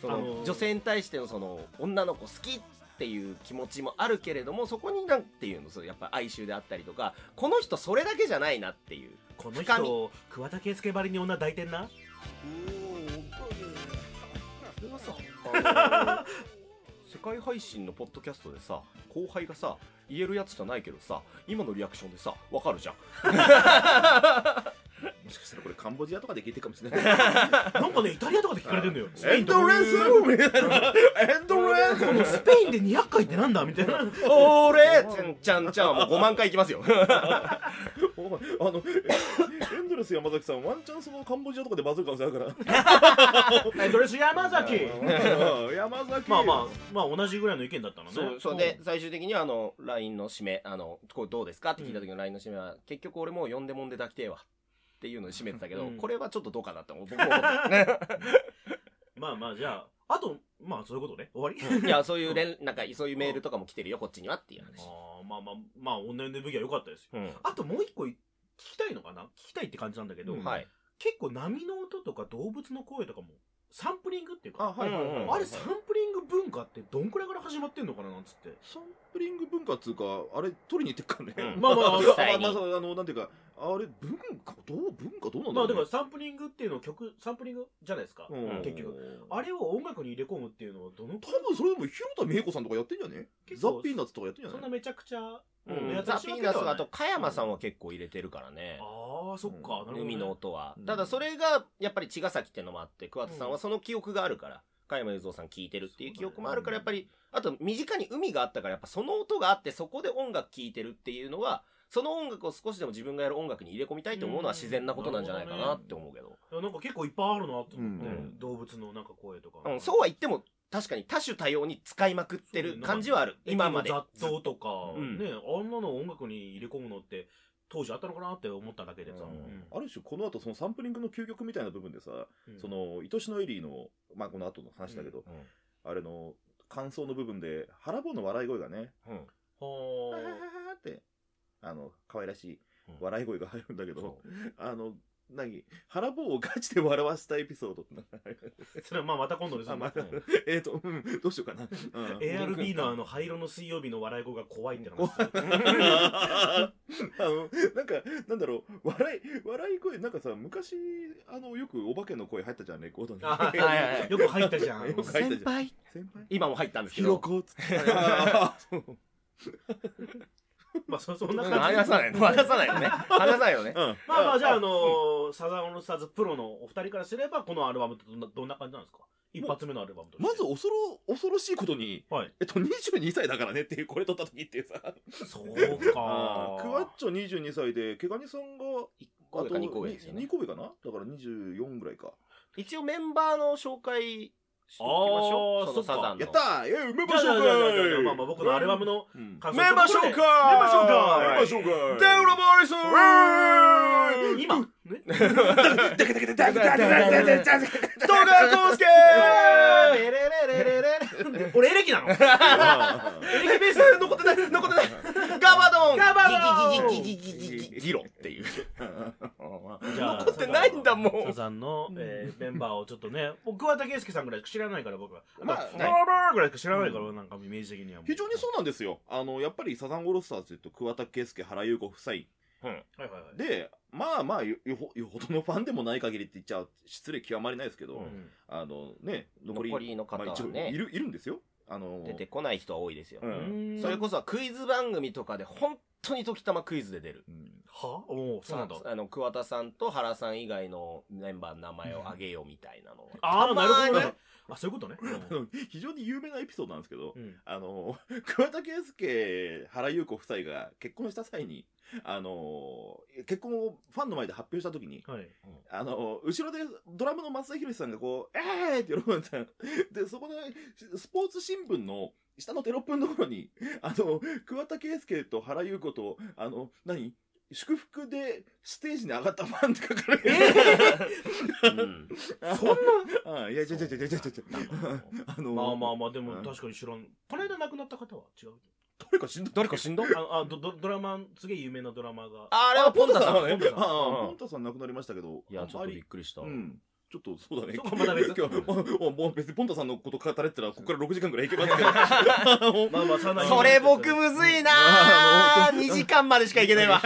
Speaker 3: その、
Speaker 4: あのー
Speaker 3: 女性に対してのその女の子好きっていう気持ちもあるけれどもそこになんていうのそうやっぱ哀愁であったりとかこの人それだけじゃないなっていう
Speaker 4: この
Speaker 3: 深
Speaker 4: 人桑田佳祐ばりに女抱いてんな
Speaker 3: それはさ、あの世界配信のポッドキャストでさ、後輩がさ、言えるやつじゃないけどさ、今のリアクションでさ、わかるじ
Speaker 4: <laughs>
Speaker 3: ゃん。
Speaker 2: もしかしたらこれカンボジアとかで聞いてるかもしれない
Speaker 4: <laughs> なんかねイタリアとかで聞かれてんのよ
Speaker 2: エンドレスみたいなエンドレス
Speaker 4: このスペインで200回ってなんだみたいな
Speaker 3: 俺ちゃんちゃんちゃんはもう5万回いきますよ。
Speaker 2: お前あのエンドレス山崎さんワンチャンそのカンボジアとかでバズる可能性あるから
Speaker 4: えドレス山崎
Speaker 2: うん山崎
Speaker 4: <laughs> まあまあまあ同じぐらいの意見だったのね
Speaker 3: <laughs> そうそうで、最終的にあの、LINE の締め、あの、これどうですかって聞いた時の LINE の締めは、結局俺もう呼んでもんで抱きてえわ。っていうので締めてたけど、
Speaker 4: うん
Speaker 3: これはちょっとどうかな <laughs> って思う。僕も思った
Speaker 4: まあまあじゃああとま <laughs> あそういうことね終わり、
Speaker 3: いや、そういう連、なんか、そういうメールとかも来てるよ、こっちにはっていう話。
Speaker 4: あーまあまあまあ女の武器は良かったですよ
Speaker 3: う
Speaker 4: あともう一個聞きたいのかな聞きたいって感じなんだけど、
Speaker 3: ん。はい。
Speaker 4: 結構波の音とか動物の声とかもサンプリングっていうか
Speaker 2: あはいはいはい、
Speaker 3: うんうん
Speaker 4: あれサンプリング文化ってどんくらいから始まってんのかななんつって
Speaker 2: サンプリング文化っつうか、あれ、取りに行ってっからね。
Speaker 3: うん
Speaker 4: まあまあまあ
Speaker 2: ま
Speaker 3: 実際
Speaker 2: あ
Speaker 3: に
Speaker 2: まあ、あの、なんていうか、あれ、文化、どう、文化どうなんだ
Speaker 4: ま
Speaker 2: ろ
Speaker 4: あ
Speaker 2: う、ね
Speaker 4: だからサンプリングっていうのを曲サンプリングじゃないですか、
Speaker 2: うん
Speaker 4: 結局あれを音楽に入れ込むっていうのはどのく
Speaker 2: 多
Speaker 4: らい
Speaker 2: 分それでも、広田芽衣子さんとかやってんじゃね
Speaker 4: 結
Speaker 2: ザ・
Speaker 4: 構
Speaker 2: ピーナッツとかやってんじゃ
Speaker 4: そん
Speaker 2: ね
Speaker 4: なめちゃくちゃ、
Speaker 3: う
Speaker 4: うん
Speaker 3: ん、
Speaker 4: やつ
Speaker 3: ザ・ピーナスはあと、
Speaker 4: あ
Speaker 3: 加山さんは結構入れてるからね。
Speaker 4: あーそっか、なるほどね
Speaker 3: 海の音は、
Speaker 2: うん
Speaker 3: ただそれがやっぱり茅ヶ崎ってのもあって桑田さん
Speaker 4: う
Speaker 3: はその記憶があるから、加山雄三さん聞いてるっていう記憶もあるからやっぱりあと身近に海があったからやっぱその音があってそこで音楽聴いてるっていうのはその音楽を少しでも自分がやる音楽に入れ込みたいと思うのは自然なことなんじゃないかなって思うけど、
Speaker 4: いやなんか結構いっぱいあるなと思って、
Speaker 2: うん
Speaker 4: 動物のなんか声とか、
Speaker 3: うんそうは言っても確かに多種多様に使いまくってる感じはある今まで
Speaker 4: 雑踏とか、
Speaker 3: うん
Speaker 4: ねあんなの音楽に入れ込むのって当時あったのかなって思っただけでさ、
Speaker 2: うん
Speaker 4: うん
Speaker 2: ある種、この後、そのサンプリングの究極みたいな部分でさ、
Speaker 4: うん
Speaker 2: その、愛しのエリーの、まあ、この後の話だけど、
Speaker 3: うんうん
Speaker 2: あれの、感想の部分で、腹棒の笑い声がね、
Speaker 3: うん
Speaker 2: あ
Speaker 4: は
Speaker 2: ーって、あの、可愛らしい
Speaker 3: うん
Speaker 2: 笑い声が入るんだけど、
Speaker 3: そ
Speaker 2: あの、何腹棒をガチで笑わせたエピソードって何
Speaker 4: それはまあまた今度です
Speaker 2: あまあ
Speaker 4: うん
Speaker 2: <laughs> えっと、うん、どうしようかな。うん
Speaker 4: ARB のあの灰色の水曜日の笑い子が怖いっての
Speaker 2: <laughs>
Speaker 4: が
Speaker 2: あの、なんか、なんだろう、笑い、笑い声、なんかさ、昔、あの、よくお化けの声入ったじゃん、レコードに。
Speaker 4: <laughs> あ
Speaker 3: はいはいはい
Speaker 4: よく入ったじ
Speaker 3: <laughs>
Speaker 4: ゃん
Speaker 2: よく入ったじゃん。
Speaker 3: 輩
Speaker 2: 先輩
Speaker 3: 今も入ったんですけ
Speaker 2: ひろ
Speaker 3: ど
Speaker 2: こつって。
Speaker 4: まあそそんな
Speaker 3: うん
Speaker 4: 感じ
Speaker 3: 話さないの話さないよね話さないよね
Speaker 2: うん。
Speaker 4: まあまあじゃああのーサザンオールスターズプロのお二人からすればこのアルバムってどんなどんな感じなんですか一発目のアルバムとして
Speaker 2: まず、恐ろ、恐ろしいことに、
Speaker 4: はい
Speaker 2: えっと、22歳だからねっていう、これ取った時っていうさ。
Speaker 4: そう
Speaker 2: ク
Speaker 4: か
Speaker 2: ワッチョ22歳で、ケガニさんが、
Speaker 3: 1個
Speaker 2: あ
Speaker 3: 上
Speaker 2: と
Speaker 3: か2個上ですよね
Speaker 2: 2個上かなだから24ぐらいか。
Speaker 3: 一応メンバーの紹介しときましょ
Speaker 4: あー
Speaker 3: うそのサザンの
Speaker 2: やったーイェイメンバ
Speaker 4: じ
Speaker 2: ー
Speaker 4: ゃあ
Speaker 2: 紹
Speaker 4: じゃあじゃあじゃあじゃあ
Speaker 2: 介
Speaker 4: まあまあ僕のアルバムの
Speaker 2: うん
Speaker 4: 感想
Speaker 3: メンバー紹介
Speaker 4: ということでメンバー紹介
Speaker 2: メンバー紹介
Speaker 3: デウロボリソン
Speaker 4: 今ね
Speaker 3: 戸川康介レレレレレレ
Speaker 4: 俺エレキなのエレキベース残ってない残ってない
Speaker 3: ガバドン
Speaker 4: ガバドン
Speaker 3: ギギギギギギギギギロっていう
Speaker 4: 残
Speaker 3: ってないんだもん
Speaker 4: サザンの、えーメンバーをちょっとね僕は竹介さんぐらいしか知らないから僕は
Speaker 2: まあ
Speaker 4: あバラーぐらいしか知らないから、なんかイメージ的にはもう
Speaker 2: 非常にそうなんですよ。あの、やっぱりサザンオールスターズというと、桑田佳祐、原優子夫妻。
Speaker 4: はいはいはい
Speaker 2: で、まあまあよ、よほ、よほどのファンでもない限りって言っちゃ失礼極まりないですけど、
Speaker 4: うん
Speaker 2: あのね、残り、
Speaker 3: 残りの方はね
Speaker 2: まあ一応いる、いるんですよ。あの、
Speaker 3: 出てこない人は多いですよ
Speaker 2: う。
Speaker 4: うんん
Speaker 3: それこそクイズ番組とかで本当に時たまクイズで出る
Speaker 4: はおおそうなんだ
Speaker 3: あの桑田さんと原さん以外のメンバーの名前を挙げようみたいなのは
Speaker 4: ああなるほど
Speaker 3: たま
Speaker 4: ねあそういうことね
Speaker 2: あの非常に有名なエピソードなんですけど、
Speaker 4: うん
Speaker 2: あの、 <laughs> 桑田佳祐、原優子夫妻が結婚した際に、あの、結婚をファンの前で発表した時に、
Speaker 4: はい
Speaker 2: あの、後ろでドラムの松田博さんがこう、えーって喜んでた。で、そこで、スポーツ新聞の下のテロップのところに、あの、桑田佳祐と原優子と、あの、何祝福でステージに上がったファンって書かれてる。
Speaker 3: うん
Speaker 2: そん <laughs> ないや、ちょちょちょちょちょちょ。あの、
Speaker 4: まあまあまあで
Speaker 2: う
Speaker 4: も
Speaker 2: ん
Speaker 4: 確かに知らんこの間亡くなった方は違う
Speaker 2: 誰か死んだ
Speaker 3: 誰か死んだ
Speaker 4: ああどどドラマすげえ有名なドラマが
Speaker 3: あれはポンタさん
Speaker 2: あ
Speaker 3: い
Speaker 2: あ、ポンタさん亡くなりましたけど、
Speaker 3: やちょっ
Speaker 2: あんま
Speaker 3: と
Speaker 2: り
Speaker 3: びっくりした
Speaker 2: うん。ちょっとそうだね。
Speaker 4: そこはまた別
Speaker 2: 今日おおもう別にポンタさんのこと語れてたら、ここから6時間くらいいけますけど。
Speaker 3: <laughs>
Speaker 2: ま
Speaker 4: まあまあさな
Speaker 3: それ僕むずいなー2時間までしかいけねえわ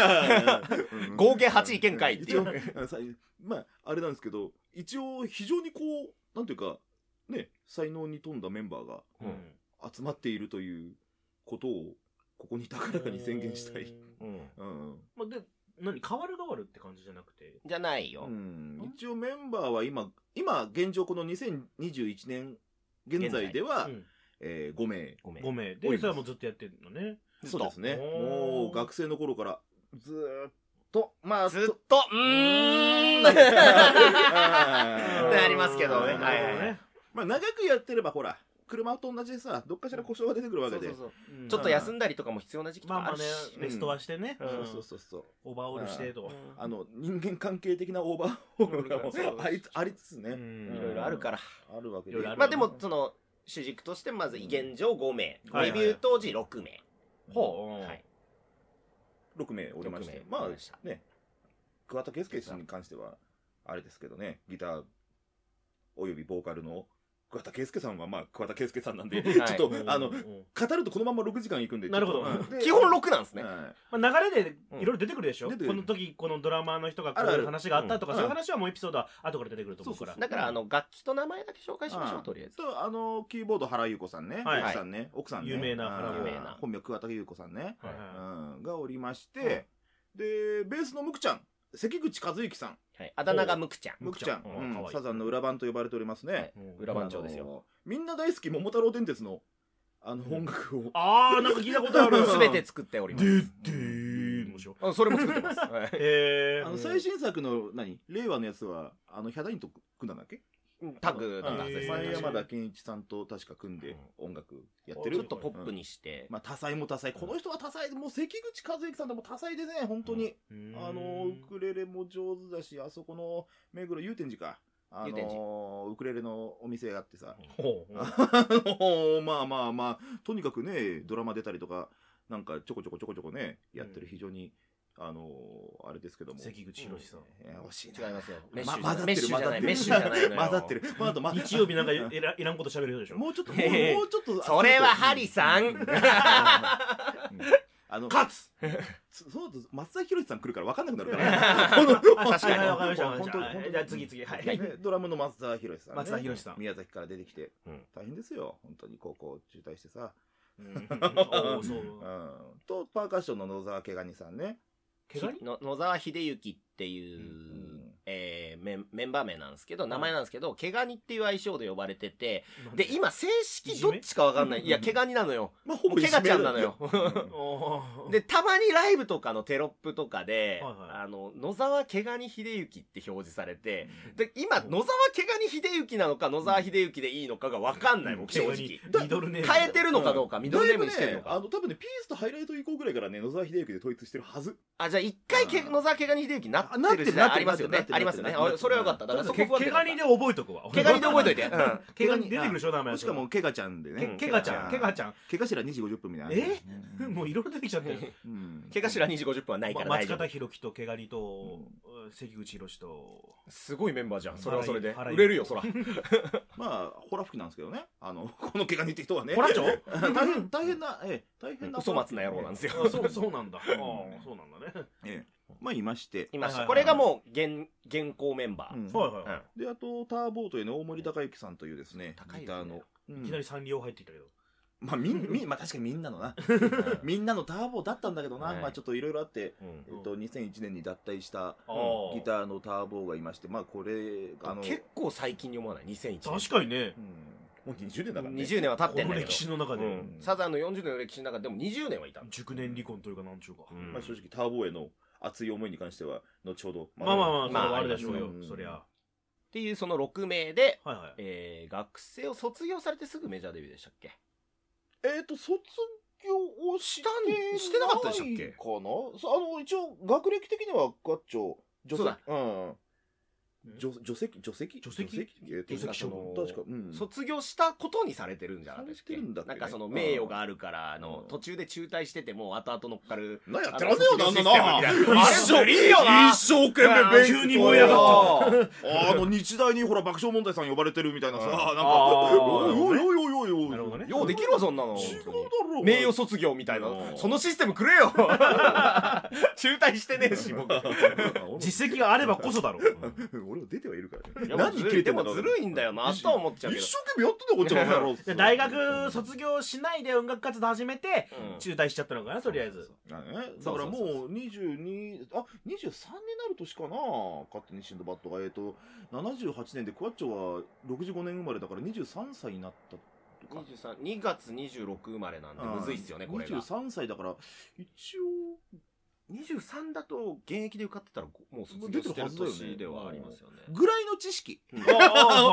Speaker 2: うん
Speaker 3: 合計8意見会ってい
Speaker 2: 一応
Speaker 3: う
Speaker 2: うんさまあ、あれなんですけど、一応非常にこう、なんていうか、ね、才能に富んだメンバーが
Speaker 4: うん
Speaker 2: 集まっているということを、ここに高らかに宣言したい。
Speaker 3: うん
Speaker 2: うん。
Speaker 4: まあ、で何変わる変わるって感じじゃなくて
Speaker 3: じゃないうよ
Speaker 2: ん一応メンバーは今、今、現状この2021年、現在では、
Speaker 4: うん
Speaker 2: えー5名。
Speaker 3: ごめん
Speaker 4: 5名でそれはもうずっとやってるのね
Speaker 2: そうですね。
Speaker 4: おー
Speaker 2: もう学生の頃から、ずーっと、まあ、
Speaker 3: ずっとうーん
Speaker 4: <laughs>
Speaker 2: あー
Speaker 3: なりますけどね
Speaker 4: うん
Speaker 3: はいはいはい
Speaker 4: なる
Speaker 2: まあ、長くやってれば、ほら、車と同じでさ、どっかしら故障が出てくるわ
Speaker 3: そ
Speaker 2: け
Speaker 3: う
Speaker 2: で
Speaker 3: そう。そう
Speaker 4: ほどねうん
Speaker 3: ちょっと休んだりとかも必要な時期と
Speaker 4: まあ
Speaker 3: か
Speaker 4: ま
Speaker 3: あ
Speaker 4: あ
Speaker 3: る
Speaker 4: ね
Speaker 3: し
Speaker 2: うん
Speaker 4: レストはしてね
Speaker 2: そう
Speaker 4: うん
Speaker 2: そうそうそう。
Speaker 4: オーバーオールしてとか
Speaker 2: あの、人間関係的なオーバーホールがもうありありつつね、
Speaker 4: うん
Speaker 3: いろいろあるから
Speaker 2: あるわけ
Speaker 4: いろいろある
Speaker 3: まあでもその主軸としてまず現状5名
Speaker 4: うん
Speaker 3: デビュー当時6名
Speaker 4: ほう
Speaker 3: はい
Speaker 2: 6名おりまして
Speaker 3: 六、名
Speaker 2: ま
Speaker 3: おりました
Speaker 2: あ、ね、桑田佳祐さんに関しては、あれですけどね、ギター、およびボーカルの桑田佳祐さんは、まあ、桑田佳祐さんなんで、ちょ
Speaker 3: い
Speaker 2: っと、あの、語るとこのまま6時間いくんで。
Speaker 4: なるほど
Speaker 2: ちょっとうん
Speaker 3: 基本6なんですね
Speaker 2: はい
Speaker 4: まあ、流れでいろいろ出てくるでしょ、
Speaker 2: うん出てく
Speaker 4: こ
Speaker 2: る
Speaker 4: の時このドラマーの人がこ
Speaker 2: あるあ
Speaker 4: ういう
Speaker 2: る
Speaker 4: 話があったとか、
Speaker 2: うん
Speaker 4: そういう話はもうエピソードは後から出てくると思うから
Speaker 2: そう
Speaker 3: だからあの楽器と名前だけ紹介しましょ
Speaker 2: う
Speaker 3: うんとりあえず
Speaker 2: と、あの、キーボード原優子さんね。
Speaker 4: はい
Speaker 2: 奥さんね。奥さんね。
Speaker 4: 有名な原
Speaker 2: うん
Speaker 3: 有名な
Speaker 2: 本名桑田優子さんね。
Speaker 4: はいはい
Speaker 2: うんがおりまして、で、ベースのムクちゃん。関口和之さん。
Speaker 3: はいあだ名がムクちゃん
Speaker 2: ムクちゃん。
Speaker 4: ムクちゃんうん
Speaker 2: うん
Speaker 4: 可愛い
Speaker 2: サザンの裏版と呼ばれております
Speaker 3: はい
Speaker 2: ね。
Speaker 4: うん
Speaker 3: 裏番長ですよ
Speaker 2: あの。みんな大好き桃太郎電鉄の、あの、音楽を。
Speaker 4: ああなんか聞いたことあ
Speaker 3: <laughs>
Speaker 4: る
Speaker 2: うん
Speaker 3: すべて作っておりま
Speaker 4: ですでー面白い
Speaker 3: あそれも作ってますはい
Speaker 4: えー、
Speaker 2: あの、最新作の、何令和のやつは、あの、ヒャダインと組んだんだっけ
Speaker 3: タッグだったはずです
Speaker 2: 前
Speaker 3: ね
Speaker 2: 山田健一さんと確か組んで音楽やってる。
Speaker 3: ちょっとポップにして
Speaker 2: まあ、多彩も多彩。この人は多彩。もう関口和之さんでも多彩でね、本当に。
Speaker 4: うん
Speaker 2: あの、ウクレレも上手だし、あそこの、目黒祐天寺か。あ
Speaker 3: 祐天
Speaker 2: の、ウクレレのお店があってさ。
Speaker 4: ほうほう
Speaker 2: あの <laughs> まあまあまあ、とにかくね、ドラマ出たりとか、なんかちょこちょこちょこちょこね、やってる非常にあのーあれですけども。
Speaker 4: 関口博さん。
Speaker 2: えー惜しい
Speaker 3: 違いますよ。メッシ
Speaker 2: ま
Speaker 3: ュ
Speaker 2: 混
Speaker 3: じゃ
Speaker 2: ざ
Speaker 3: な
Speaker 2: っ
Speaker 3: い。
Speaker 2: て
Speaker 3: メッ
Speaker 2: る
Speaker 3: シュ
Speaker 2: 混
Speaker 3: じ
Speaker 2: ざっ
Speaker 3: ゃ
Speaker 2: てる
Speaker 3: ない。メッシュじゃないのよ。
Speaker 2: 混ざってる。まあ、あ <laughs> と、ま、
Speaker 4: 日曜日なんかいらいらんこと喋る人でしょ
Speaker 2: もうちょっと、もう
Speaker 3: へへ
Speaker 2: もうちょっと。
Speaker 3: それはハリさん
Speaker 2: ううんあの、
Speaker 4: 勝つ
Speaker 2: そそうだと松崎弘さん来るから分かんなくなるから。確
Speaker 4: 確かにわかりましたわかり
Speaker 2: 本
Speaker 4: まし
Speaker 2: 当
Speaker 4: た
Speaker 2: に
Speaker 4: は
Speaker 2: 本当
Speaker 4: い
Speaker 2: に
Speaker 4: じゃあ次次はい
Speaker 2: ねドラムの松田博さん、ね、
Speaker 4: 松田博さん
Speaker 2: 宮崎から出てきて、
Speaker 3: うん
Speaker 2: 大変ですよ本当に高校中退してさ、
Speaker 4: おおそう
Speaker 2: うん、とパーカッションの野沢毛ガニさんね
Speaker 4: 怪我人
Speaker 3: の野沢秀幸っていう、
Speaker 2: うん
Speaker 3: えーメンメンバー名なんですけど、名前なんですけど、毛ガニっていう愛称で呼ばれてて、で、今正式どっちかわか <laughs> んない。いや、毛ガニなのよ。
Speaker 2: まあ
Speaker 3: もう毛ガちゃんなの <laughs> よ。
Speaker 4: <laughs> おー
Speaker 3: で、たまにライブとかのテロップとかで、
Speaker 4: はいはい
Speaker 3: あの、野沢毛ガニ秀幸って表示されて、で、今、野沢毛ガニ秀幸なのか、野沢秀幸でいいのかがわかんない、僕、正
Speaker 4: 怪我
Speaker 3: 直
Speaker 4: 人。ミドルネーム
Speaker 3: 変えてるのかどうか、ミドルネームにしてるの
Speaker 2: だい
Speaker 3: か。
Speaker 2: ぶね、あの多分ねピースとハイライト以降ぐらいからね野沢秀幸で統一してるはず
Speaker 3: あ、じゃあ一回け、
Speaker 2: うん
Speaker 3: 野沢毛ガニ秀幸にな
Speaker 2: な
Speaker 3: っ
Speaker 2: ってて
Speaker 3: る
Speaker 2: る
Speaker 3: 時代ありますよ
Speaker 2: なっ
Speaker 3: ね
Speaker 2: て。る
Speaker 3: ありますよね。
Speaker 2: なってる
Speaker 3: あそれはよかった。だからそこ不安定
Speaker 4: 毛
Speaker 3: だ
Speaker 4: ガ
Speaker 3: った
Speaker 4: ニで覚えとくわ
Speaker 3: 毛ガニで覚えといて。うん
Speaker 4: 毛ガニ出てくるでしょ名前
Speaker 2: しかも毛ガちゃんで
Speaker 4: け
Speaker 2: ね
Speaker 4: 毛ガちゃん毛ガちゃん
Speaker 2: 毛頭2時50分みたいな
Speaker 4: え <laughs> もういろいろ出てきちゃったよ
Speaker 3: <laughs>
Speaker 2: うん
Speaker 3: 毛頭2時50分はないか
Speaker 4: ま
Speaker 3: ら大
Speaker 4: 松
Speaker 3: 丈夫
Speaker 4: 方。弘樹と毛ガニと関口宏と
Speaker 3: すごいメンバーじゃん。それはそれで。
Speaker 4: 腹い
Speaker 3: 売
Speaker 4: い
Speaker 3: れるよ、そら。
Speaker 2: まあホラ吹きなんですけどねあの <laughs> この毛ガニって人はね
Speaker 4: <laughs> ホラチョ
Speaker 2: <laughs>
Speaker 3: <laughs>
Speaker 2: 大変大変なええ大変な
Speaker 3: 嘘松な野郎なんですよ。
Speaker 4: あそうそ
Speaker 3: <laughs>
Speaker 4: うなんだああそうなんだね
Speaker 2: ええまあいまして
Speaker 3: いまし
Speaker 4: は
Speaker 3: た。
Speaker 4: い
Speaker 3: こ
Speaker 4: は
Speaker 3: れ
Speaker 4: いはい
Speaker 3: がもう、現、現行メンバ
Speaker 2: うん
Speaker 4: はいはいは
Speaker 2: で、あと、ターボートへの大森高之さんというですね、
Speaker 3: 高い
Speaker 2: ギ
Speaker 3: ですね
Speaker 2: ターの。うん
Speaker 4: いいきなりサンリオ入ってきたけど
Speaker 2: まあ、みん、みん、まあ確かにみんなのな。
Speaker 3: ー。
Speaker 2: みんなのターボーだったんだけどな、
Speaker 3: はい
Speaker 2: まあちょっといろいろあって、
Speaker 3: うん
Speaker 2: えっと、2001年に脱退した
Speaker 4: あー
Speaker 2: ギターのターボーがいまして、まあこれ、あの、
Speaker 3: 結構最近に思わない ?2001 年。
Speaker 4: 確かにね
Speaker 2: うんもう20年だからね。
Speaker 3: 20年は経っ
Speaker 4: こ
Speaker 3: てんだ
Speaker 4: の
Speaker 3: けど
Speaker 4: 歴。史の中
Speaker 3: う
Speaker 4: で
Speaker 3: んサザンの40年の歴史の中でも20年はいた。
Speaker 4: 熟年離婚というかなんちゅうか
Speaker 3: うん
Speaker 2: まあ正直、ターボーへの熱い思いに関しては、後ほど。
Speaker 4: まあまあま
Speaker 3: まあ
Speaker 4: あ、それはあるでしょうよ
Speaker 2: う、ん
Speaker 4: そりゃ。
Speaker 3: っていうその6名で、
Speaker 4: はいはい。
Speaker 3: えー、学生を卒業されてすぐメジャーデビューでしたっけ
Speaker 2: えっと、卒業をした
Speaker 3: んしてなかったでしたっけ
Speaker 2: ないかなそうあの、一応、学歴的には、ガッチョ、女
Speaker 3: そう
Speaker 2: 性
Speaker 3: だ、
Speaker 2: うん。除除籍除籍
Speaker 4: 除籍
Speaker 2: えっと
Speaker 3: 除籍処分
Speaker 2: 確か、うん。
Speaker 3: 卒業したことにされてるんじゃなかったっ
Speaker 2: されてるんだっけ
Speaker 3: なんかその名誉があるから、あの
Speaker 2: う、ん
Speaker 3: 途中で中退してても後々乗っかる。
Speaker 2: なや
Speaker 3: あの卒業システムみたい
Speaker 2: 一
Speaker 3: なあれ
Speaker 2: 生
Speaker 3: ずるいよな
Speaker 2: 一生懸命勉強
Speaker 4: 急に燃え上が
Speaker 3: った。
Speaker 2: あの、日大にほら、爆笑問題さん呼ばれてるみたいなさ、
Speaker 3: うん
Speaker 2: なんか、
Speaker 4: あー
Speaker 2: おいおいおいおいおいおい。
Speaker 4: なるほどね。
Speaker 3: ようできるわ、そんなの。
Speaker 2: 違うだ
Speaker 3: 本当
Speaker 2: ろ
Speaker 3: に
Speaker 2: う。
Speaker 3: 名誉卒業みたいな
Speaker 2: う。ん
Speaker 3: そのシステムくれよ中退してねえし、僕。
Speaker 4: 実績があればこそだろう。
Speaker 2: 俺は出てはいるから
Speaker 3: いや
Speaker 2: ね。何切れて
Speaker 3: でもずるいんだよな、とは思っちゃうけ
Speaker 2: 一
Speaker 3: ど。
Speaker 2: 生懸命やってんだ、こっちはこの野郎っつって。
Speaker 4: で大学卒業しないで音楽活動始めて、
Speaker 3: うん
Speaker 4: 中退しちゃったのかな、とりあえず。
Speaker 2: だねだからもう22あ23になる年かな勝手にシンドバッドがえっと78年でクワッチョは65年生まれだから23歳になったとか
Speaker 3: 23 2月26生まれなんで、むずいっすよね、これが。
Speaker 2: 23歳だから一応
Speaker 3: 23だと現役で受かってたら、もう卒業してる年ではありますよね。
Speaker 2: ぐらいの知識
Speaker 4: あ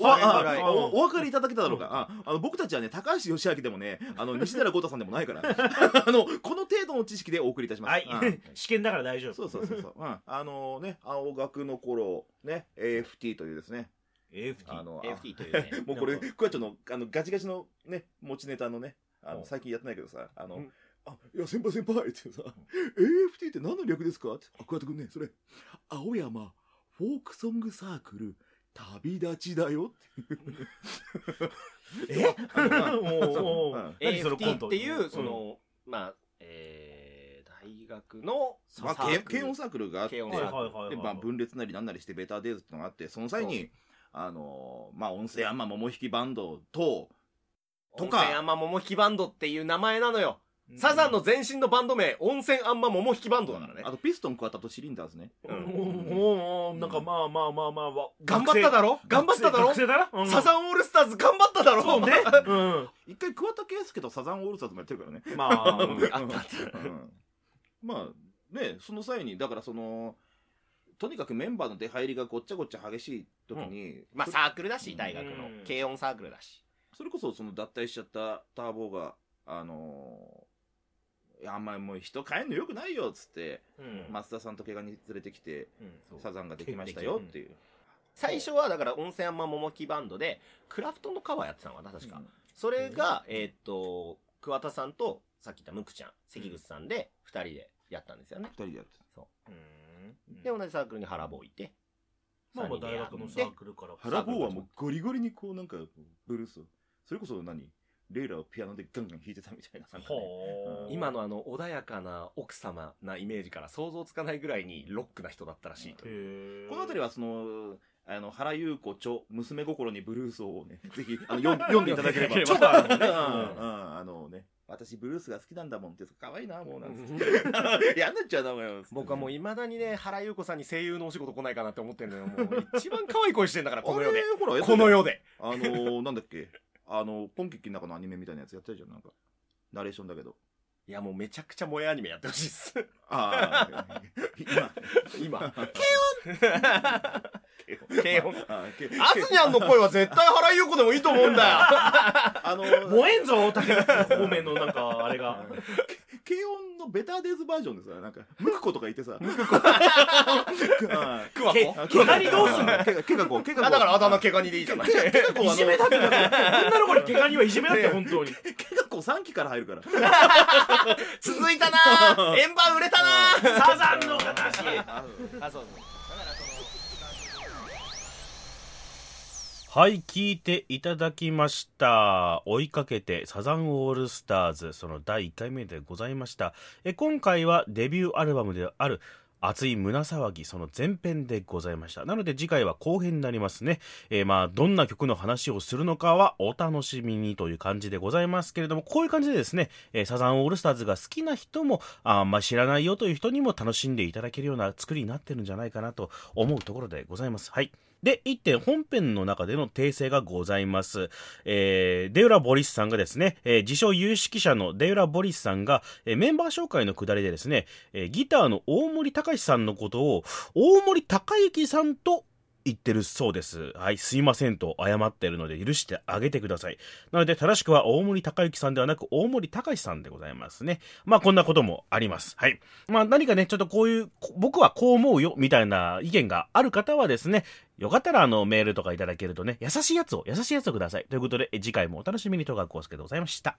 Speaker 2: お
Speaker 4: あはい
Speaker 2: あ
Speaker 4: あ
Speaker 2: あおお分かりいただけただろうかああの僕たちはね高橋義明でもねあの西寺豪太さんでもない <laughs> からあのこの程度の知識でお送りいたします、
Speaker 4: はい
Speaker 2: うん
Speaker 4: はい。試験だから大丈
Speaker 2: そ
Speaker 4: 夫。
Speaker 2: うそうそうそう、うん、あのね青学の頃ね AFT というですね
Speaker 4: AFT
Speaker 2: あ。の
Speaker 3: AFT というね。
Speaker 4: <laughs>
Speaker 2: もうこれ、
Speaker 4: なんか
Speaker 2: クワちゃんの、あの、ガチガチのね、持ちネタのね、あ
Speaker 4: うん
Speaker 2: の、最近やってないけどさ、あの、
Speaker 3: うん
Speaker 2: あ、いや、先輩先輩ってさ、AFT って何の略ですかって、あ、クワちゃんくんね、それ、青山、フォークソングサークル、旅立ちだよ <laughs>
Speaker 4: えお
Speaker 2: う
Speaker 4: ー
Speaker 2: ん
Speaker 4: 何そのコン
Speaker 3: AFT
Speaker 4: ト
Speaker 3: っていう、そ、
Speaker 4: ん
Speaker 3: の、まあ、えー大学のサ
Speaker 2: まあ、
Speaker 3: ー
Speaker 2: け
Speaker 3: クル
Speaker 2: 軽音サークルがあって、
Speaker 3: 軽音
Speaker 4: はいはいはいはい。
Speaker 2: で、まあ、分裂なりなんなりして、ベターデイズってのがあって、その際に、あの、まあ、音声アンマ桃引きバンドと、とか
Speaker 3: 温泉あんま桃引きバンドっていう名前なのよ。サザンの前身のバンド名、温泉あんま桃引きバンドだからね
Speaker 2: あ。と、ピストンクワタとシリンダーズね。
Speaker 4: うん。
Speaker 3: うん
Speaker 4: おーおーなんかまあまあまあまあわ。
Speaker 3: 頑張っただろ頑張っただろ
Speaker 4: 学生だろ
Speaker 3: サ
Speaker 4: ン
Speaker 3: ザンオールスターズ頑張っただろ
Speaker 4: そうね。うん。
Speaker 2: 一回、桑田佳祐とサザンオールスターズもやってるからね。
Speaker 4: まあ、
Speaker 3: あったあった。
Speaker 2: うんまあねその際にだからそのとにかくメンバーの出入りがごっちゃごっちゃ激しい時に、
Speaker 3: まあ
Speaker 2: そ
Speaker 3: <laughs> サークルだし、大学の
Speaker 4: うん。
Speaker 3: 軽音サークルだし。
Speaker 2: それこそその脱退しちゃったターボがあのーいやあんまりもう人変えんのよくないよっつって、
Speaker 4: うん
Speaker 2: 松田さんと怪我に連れてきて
Speaker 4: うんそう
Speaker 2: サザンができましたよっていう、
Speaker 3: 最初はだから温泉あんま桃引きバンドで、クラフトのカバーやってたのかな、確か。それが、えーっと、桑田さんと、さっき言ったムクちゃん、関口さんで、二人でやったんですよね
Speaker 2: 二。人でやってた
Speaker 6: うん
Speaker 3: で、同じサークルに原坊いて。
Speaker 6: まあまあ
Speaker 3: 三人で
Speaker 6: 大
Speaker 3: や
Speaker 6: 学の
Speaker 3: って
Speaker 6: サークルから
Speaker 2: ハラボーはもうゴリゴリにこうなんかブルースをそれこそ何レイラをピアノでガンガン弾いてたみたいななんかね
Speaker 6: ほー
Speaker 3: 今のあの穏やかな奥様なイメージから想像つかないぐらいにロックな人だったらしいと
Speaker 6: へ
Speaker 3: いう。
Speaker 6: ー
Speaker 2: この辺りはその、あの、原優子著、娘心にブルースを
Speaker 3: <laughs>
Speaker 2: ね、ぜひ、あの、読ん読んでいただければ。
Speaker 3: 読んでい
Speaker 2: 著が
Speaker 3: ただけれ
Speaker 2: ね、
Speaker 3: ば
Speaker 2: うん、
Speaker 3: うん
Speaker 2: うんあのね、私ブルースが好きなんだもんって、可愛いな、もうなんて。
Speaker 3: うん
Speaker 2: <laughs> やんなっちゃダメよ。
Speaker 3: <laughs> 僕はもう未だにね、原優子さんに声優のお仕事来ないかなって思ってるのよ。もう一番可愛い声してん
Speaker 2: <laughs>
Speaker 3: だから、この世で
Speaker 2: あ。れほら、やってた
Speaker 3: この世で。
Speaker 2: あの、なんだっけ、あの、ポンキッキの中のアニメみたいなやつやってるじゃん、なんか。ナレーションだけ
Speaker 3: <laughs>
Speaker 2: ど。
Speaker 3: いや、もうめちゃくちゃ萌えアニメやってほしいっす。
Speaker 2: ああ、
Speaker 3: <laughs>
Speaker 2: 今、 <laughs>
Speaker 3: 今。 <laughs>
Speaker 2: 軽
Speaker 3: 軽
Speaker 2: 音
Speaker 3: 音。
Speaker 2: あー軽
Speaker 3: アスニャンの声は絶対原優子でもいいと思うんだ
Speaker 2: あの、
Speaker 6: 燃えんぞ竹内方面のなんかあれが
Speaker 2: 軽音のベターデイズバージョンでさ、なんか、ムクコとかいてさ、ムクコ。はい
Speaker 3: <laughs> よ。クワ
Speaker 6: け
Speaker 3: コ。
Speaker 6: 毛刈りどうすんの
Speaker 2: けが、けがこう、けがこう。
Speaker 3: あ、だからあだ名ケガニでいいじゃな
Speaker 2: <laughs>
Speaker 3: い。
Speaker 2: こう、あの、け
Speaker 6: 女の子に毛刈りはいじめだって本当に
Speaker 2: がこう3期から入るから。
Speaker 3: 続いたな円盤売れたな
Speaker 6: サザンの形
Speaker 3: あ、そうそう。
Speaker 4: はい、聞いていただきました。追いかけてサザンオールスターズ、その第1回目でございました。え今回はデビューアルバムである熱い胸騒ぎ、その前編でございました。なので次回は後編になりますね。えーまあ、どんな曲の話をするのかはお楽しみにという感じでございますけれども、こういう感じでですね、えーサザンオールスターズが好きな人も、あーまあ知らないよという人にも楽しんでいただけるような作りになってるんじゃないかなと思うところでございます。はい。で、1点本編の中での訂正がございます。えー、デウラ・ボリスさんがですね、えー自称有識者のデウラ・ボリスさんが、えーメンバー紹介のくだりでですね、えーギターの大森隆さんのことを、大森隆之さんと言ってるそうです。はい、すいませんと謝ってるので許してあげてください。なので正しくは大森隆之さんではなく大森隆さんでございますね。まあこんなこともあります。はい。まあ何かね、ちょっとこういう、こ僕はこう思うよみたいな意見がある方はですね、よかったらあのメールとかいただけるとね、優しいやつを、優しいやつをください。ということで、え次回もお楽しみに、戸川康介でございました。